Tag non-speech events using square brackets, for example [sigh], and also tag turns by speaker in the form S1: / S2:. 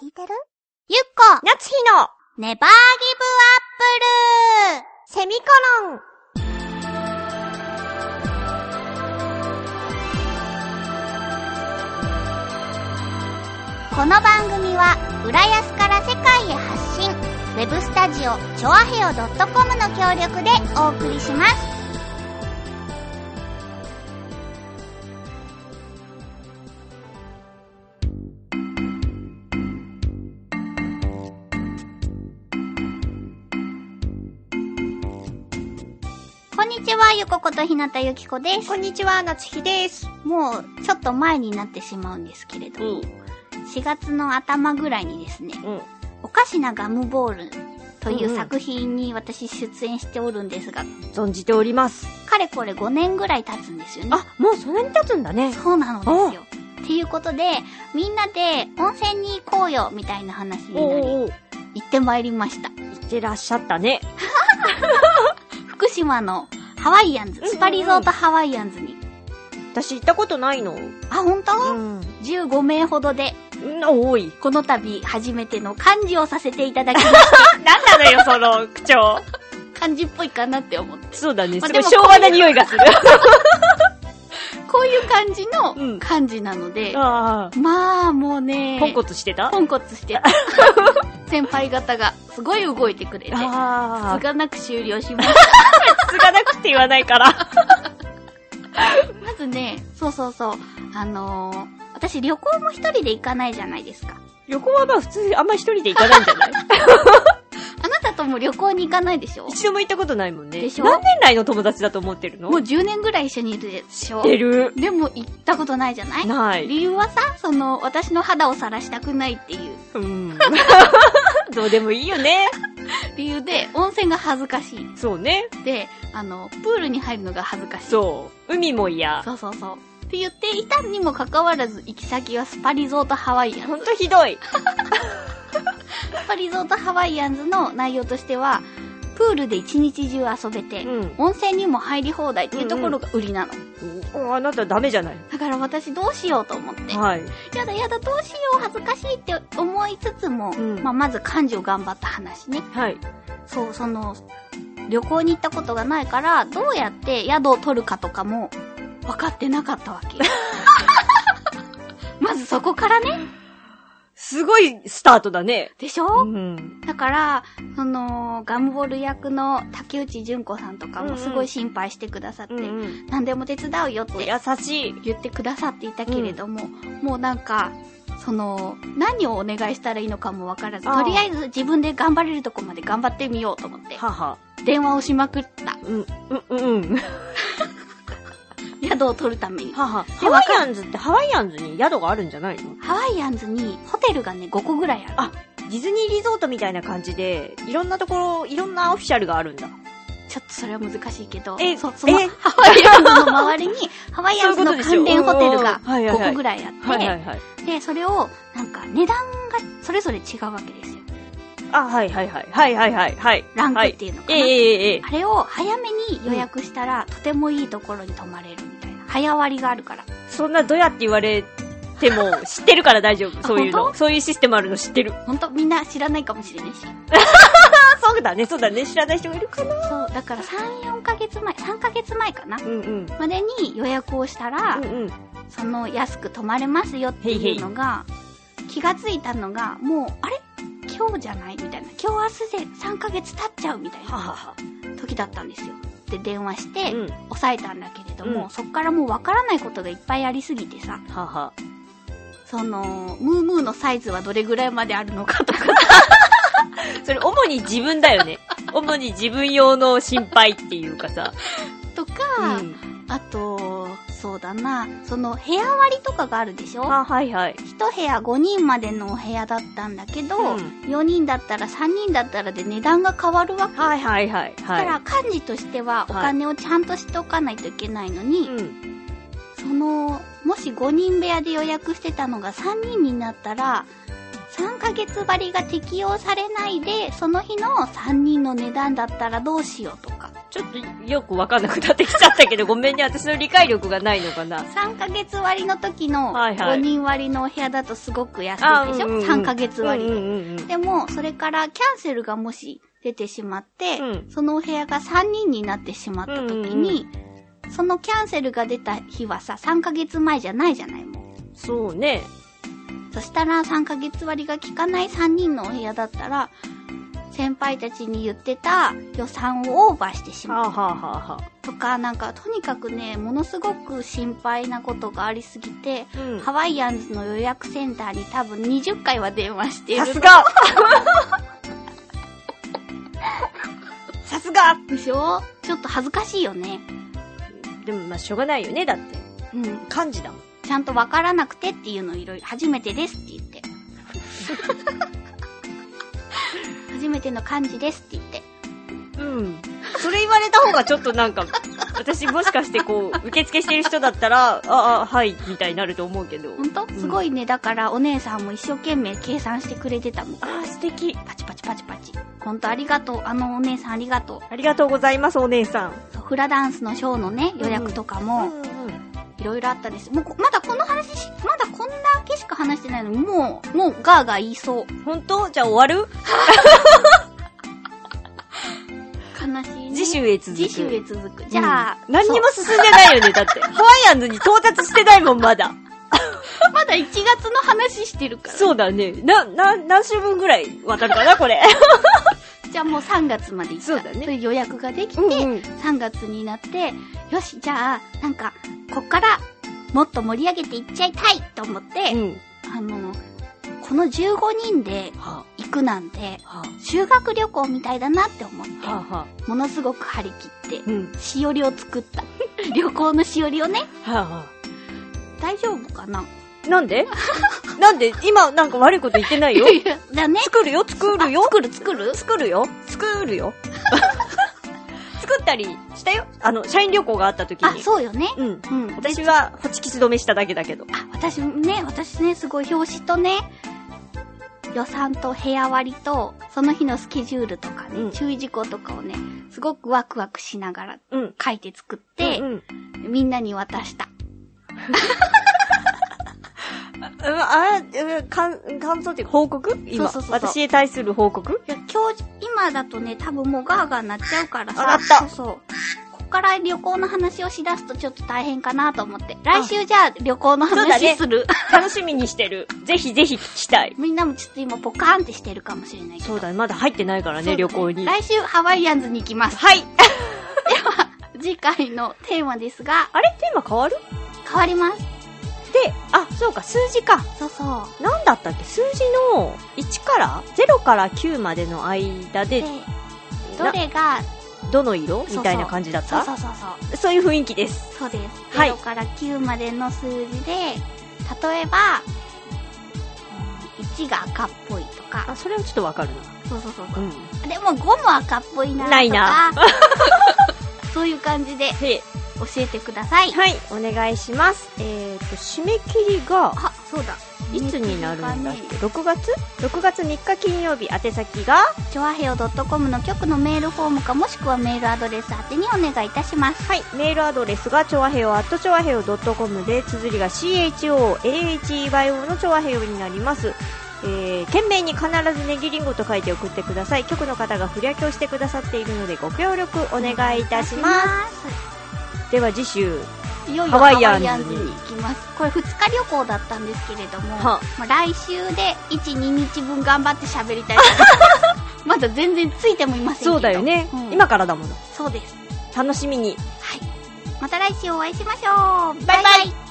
S1: 聞いてるゆっこ
S2: 夏日の
S1: ネバーギブアップルセミコロンこの番組は浦安から世界へ発信ウェブスタジオチョアヘオ .com の協力でお送りしますこんにちはゆこことひなたゆきこです
S2: こんにちは、夏日です。
S1: もうちょっと前になってしまうんですけれど
S2: う
S1: も、
S2: ん。
S1: 4月の頭ぐらいにですね、
S2: うん。
S1: おかしなガムボールとい
S2: んう
S1: うん作品に私出演しておるんですが、
S2: 存じております。
S1: かれこれ5年ぐらい経つんですよね。
S2: あ、もうそんなに経つんだね。
S1: そうなのですよ。っていうことで、みんなで温泉に行こうよみたいな話になり、
S2: おう。
S1: 行ってまいりました。
S2: いってらっしゃったね。
S1: 福島のハワイアンズ
S2: う、んうんうん
S1: スパリゾートハワイアンズに。
S2: 私行ったことないの。
S1: あ、本当
S2: うん。
S1: ?15 名ほどで、
S2: うん、多い。
S1: この度初めての漢字をさせていただきま
S2: [laughs]
S1: した。
S2: なんなの [laughs] よ、その、口調。
S1: 漢字っぽいかなって思って。
S2: そうだね。
S1: まあ
S2: すごい
S1: で
S2: 昭
S1: も
S2: 和な匂いがする。
S1: こういう感じ
S2: う
S1: の
S2: ん
S1: 漢字なので、
S2: ああ。
S1: まあもうね、
S2: ポンコツしてた
S1: ポンコツ
S2: [laughs]
S1: してた。先輩方がすごい動いてくれて、す
S2: ああ。
S1: がなく終了しま
S2: [laughs]
S1: した。
S2: つがなくって言わないから。
S1: まずね、そうそうそう、あのー、私旅行も一人で行かないじゃないですか。
S2: 旅行はまあ普通、あんま一人で行かないんじゃ [laughs] ない
S1: あなたとも旅行に行かないでしょ
S2: 一度も行ったことないもんね。
S1: でしょ
S2: 何年来の友達だと思ってるの
S1: もう10年ぐらい一緒にいるでしょ
S2: 出る。
S1: でも行ったことないじゃない
S2: ない。
S1: 理由はさ、その、私の肌を晒したくないっていう
S2: [laughs] うん。どうでもいいよね。
S1: 理由で、温泉が恥ずかしい。
S2: そうね。
S1: で、あの、プールに入るのが恥ずかしい。
S2: そう。海も嫌。
S1: そうそうそう。って言っていたにもかかわらず、行き先はスパリゾートハワイアンズ
S2: ほんとひどい。
S1: スパリゾートハワイアンズの内容としては、プールで一日中遊べて、
S2: うん。
S1: 温泉にも入り放題っていうところが売りなの。
S2: おあなたダメじゃない。
S1: だから私どうしようと思って、
S2: はい。
S1: やだやだどうしよう恥ずかしいって思いつつも、
S2: うん
S1: まあ、まず漢字を頑張った話ね。
S2: はい。
S1: そう、その、旅行に行ったことがないから、どうやって宿を取るかとかも分かってなかったわけ。
S2: [laughs]
S1: まずそこからね。
S2: すごいスタートだね。
S1: でしょ、
S2: うん。
S1: だから、その、ガムボール役の竹内純子さんとか
S2: うんう
S1: も
S2: ん
S1: すごい心配してくださって、
S2: うんうん。
S1: 何でも手伝うよっ
S2: 優
S1: て
S2: しい。
S1: 言ってくださっていたけれども、もうなんか、その、何をお願いしたらいいのかもわからず、
S2: あー
S1: とりあえず自分で頑張れるとこまで頑張ってみようと思って、
S2: 母。
S1: 電話をしまくった。
S2: うん、うん、うん。
S1: 宿を取るために。
S2: 母。ハワイアンズってハワイアンズに宿があるんじゃないの
S1: ハワイアンズにホテルがね、5個ぐらいある。
S2: あディズニーリゾートみたいな感じで、いろんなところ、いろんなオフィシャルがあるんだ。
S1: ちょっとそれは難しいけど、
S2: え
S1: そその
S2: え
S1: ハワイアンズの周りに、ハワイアンズの関連ホテルが
S2: そういうことでしょ
S1: 5個ぐらいあって、
S2: はいはいはい。
S1: で、それを、なんか、値段がそれぞれ違うわけですよ。
S2: あ、はいはいはい。はいはいはい。はい。
S1: ランク
S2: は
S1: っ
S2: い。
S1: ていうのか
S2: え
S1: な。
S2: えええええ
S1: あれを早めに予約したら、とてもいいところに泊まれるみたいな。早割りがあるから。
S2: そんなどやって言われても、知ってるから大丈夫。そういう
S1: 本
S2: の。そういうシステムあるの知ってる。
S1: ほんと、みんな知らないかもしれないし。
S2: あ、そうだね、そうだね。知らない人がいるかな。
S1: そう、だから3、4ヶ月前、3ヶ月前かな。
S2: うんうん。
S1: までに予約をしたら、
S2: うんうん。
S1: その安く泊まれますよっていうのが、気がついたのが、もう、あれ今日じゃないみたいな。今日明日で3ヶ月経っちゃうみたい
S2: はは
S1: な
S2: は。
S1: 時だったんですよ。で、電話して、
S2: うん。は
S1: 抑えたんだけれども、
S2: うん
S1: そっからもうわからないことがいっぱいありすぎてさ、
S2: は。
S1: その、ムームーのサイズはどれぐらいまであるのかとか、
S2: それ、主に自分だよ [laughs] ね。主に自分用の心配っていうかさ。
S1: とか、
S2: うん。
S1: あと、そうだな、その部屋割りとかがあるでしょ
S2: あ、はいはい。
S1: 一部屋5人までのお部屋だったんだけど、
S2: うん
S1: 4人だったら3人だったらで値段が変わるわけ。
S2: はいはいはい。
S1: だか
S2: は
S1: ら幹事としてはお金をちゃんとしておかないといけないの
S2: い。
S1: に、
S2: うん。
S1: その、もし5人部屋で予約してたのが3人になったら、3ヶ月張りが適用されないで、その日の3人の値段だったらどうしようとか。
S2: ちょっとよくわかんなくなってきちゃったけ [laughs] ど、ごめんね、私の理解力がないのかな。
S1: 3ヶ月割の時の
S2: はいは
S1: 5
S2: い
S1: 人割のお部屋だとすごく安
S2: あ
S1: いでしょ、
S2: うんうんうん
S1: ?3 ヶ月割
S2: うん
S1: で。
S2: うんうん。
S1: でも、それからキャンセルがもし出てしまって、
S2: うん
S1: そのお部屋が3人になってしまった時に、そのキャンセルが出た日はさ、3ヶ月前じゃないじゃないもん。
S2: そうね。
S1: そしたら3ヶ月割が効かない3人のお部屋だったら、先輩たちに言ってた予算をオーバーしてしまう
S2: はあ、はあはあはあ、
S1: とか、なんかとにかくね、ものすごく心配なことがありすぎて、
S2: うん
S1: ハワイアンズの予約センターに多分20回は電話している
S2: さす [laughs] がさすが
S1: でしょちょっと恥ずかしいよね。
S2: でもまあしょうがないよね、だって。
S1: うん。
S2: 漢字だもん。
S1: ちゃんとわからなくてっていうのをいろいろ、初めてですって言っ
S2: [laughs]
S1: て。初めての漢字ですって言って。
S2: うん。それ言われた方がちょっとなんか、私もしかしてこう、受付してる人だったら、ああ、はい、みたいになると思うけど。
S1: ほんと
S2: うん
S1: すごいね。だからお姉さんも一生懸命計算してくれてたもん。
S2: ああ、素敵。
S1: パチパチパチパチ。ほんとありがとう。あのお姉さんありがとう
S2: ありがとうございます、お姉さん。
S1: そう。フラダンスのショーのね、予約とかも、
S2: ん。
S1: いろいろあったです。もうこ、まだこの話し、まだこんだけしか話してないのに、もう、もうガーガー言いそう。
S2: 本当じゃあ終わる
S1: 悲しい、ね。
S2: 次週へ続く。
S1: 次週へ続く。じゃあ、
S2: うん何にも進んでないよね、だって。 [laughs] ハワイアンズに到達してないもん、まだ。
S1: そうまだ1月の話してるから。
S2: そうだね。な、な、何週分ぐらい渡るかな、これ。
S1: じゃあもう3月まで行った。
S2: そうだね
S1: いう予約ができて、
S2: うんうん
S1: 3月になって、よし、じゃあ、なんか、こっから、もっと盛り上げていっちゃいたいと思って、
S2: [laughs] うん。
S1: あの、この15人で
S2: は
S1: 行くなんて、
S2: あ、は
S1: 修学旅行みたいだなって思って、
S2: あ、はあ、はあ、
S1: ものすごく張り切って、
S2: うん。
S1: しおりを作
S2: [laughs]
S1: った。旅行のしおりをね、
S2: はあ、は
S1: 大丈夫かな
S2: あ。なんで [laughs] なんで今、なんか悪いこと言ってないよ。
S1: [laughs] だね。
S2: [laughs] 作るよ、作るよ。
S1: あ作る作る
S2: 作るよ。作るよ。 [laughs] 作ったりしたよ。あの、社員旅行があった時に。
S1: あ、そうよね。
S2: う。ん。
S1: うん。
S2: 私は、ホチキス止めしただけだけど。
S1: あ、私ね、私ね、すごい表紙とね、予算と部屋割りと、その日のスケジュールとかね、
S2: うん
S1: 注意事項とかをね、すごくワクワクしながら
S2: うん。
S1: 書いて作って、
S2: うんうん
S1: みんなに渡した。
S2: うん、あ、うん感、感想っていうか、報告今
S1: そうそうそうそう
S2: 私へ対する報告
S1: いや、今日、今だとね、多分もうガーガーなっちゃうからさ、
S2: あなった
S1: そうそう。こっから旅行の話をしだすとちょっと大変かなと思って。来週じゃあ旅行の
S2: そうだね
S1: 話する。 [laughs]
S2: 楽しみにしてる。ぜひぜひ聞きたい。
S1: みんなもちょっと今ポカーンってしてるかもしれないけど。
S2: そうだね、まだ入ってないから
S1: そうだ
S2: ね、旅行に。はい。
S1: 来週ハワイアンズに行きます。
S2: あ
S1: 次回のテーマですが、
S2: れテーマ変わる
S1: 変わります。
S2: で、あ、そうか、数字か。
S1: そうそう。
S2: なんだったっけ数字の1から0から9までの間で
S1: で、、ど
S2: な
S1: れが、
S2: どの色
S1: そうそう
S2: みたいな感じだっ
S1: そう
S2: た
S1: そうそうそう。
S2: そういう雰囲気です。
S1: そうです。
S2: はい
S1: 0から9までの数字で、例えば、うん1が赤っぽいとか、
S2: あ、それはちょっとわかる
S1: そうそうそう。
S2: な。うん。
S1: でも5も赤っぽいなとか、
S2: ないな
S1: [laughs] そういう感じで
S2: で、
S1: 教えてください。
S2: はい、お願いします。えっ、と、締め切りが、
S1: あ、そうだ。
S2: いつになるんだっ
S1: 締め切り
S2: け ?6 月 ?6 月3日金曜日宛先が、
S1: がねチョアヘオ .com の局のメールフォームかもしくはメールアドレス宛てにお願いいたします。
S2: はい、メールアドレスが、ちょわへよ、アットちょわへよ .com で、綴りが CHOLHEYO のちょわへよになります。えー、懸命に必ずネギリンゴと書いて送ってください。局の方が振り分けをしてくださっているので、ご協力お願いいたします。では次週、
S1: いよいよ
S2: ハ
S1: ハ
S2: ワ
S1: ワ
S2: イ
S1: イ
S2: ア
S1: ア
S2: ン
S1: ン
S2: ズ
S1: ズ
S2: に
S1: に行きます。これ2日旅行だったんですけれども、
S2: は
S1: まあ、来週で1、2日分頑張って喋りたいと思い
S2: [laughs]
S1: ます。まだ全然ついてもいませんけど。
S2: そうだよね、
S1: うん
S2: 今からだもの。
S1: そうです。
S2: 楽しみに。
S1: はい。また来週お会いしましょう。バイバイ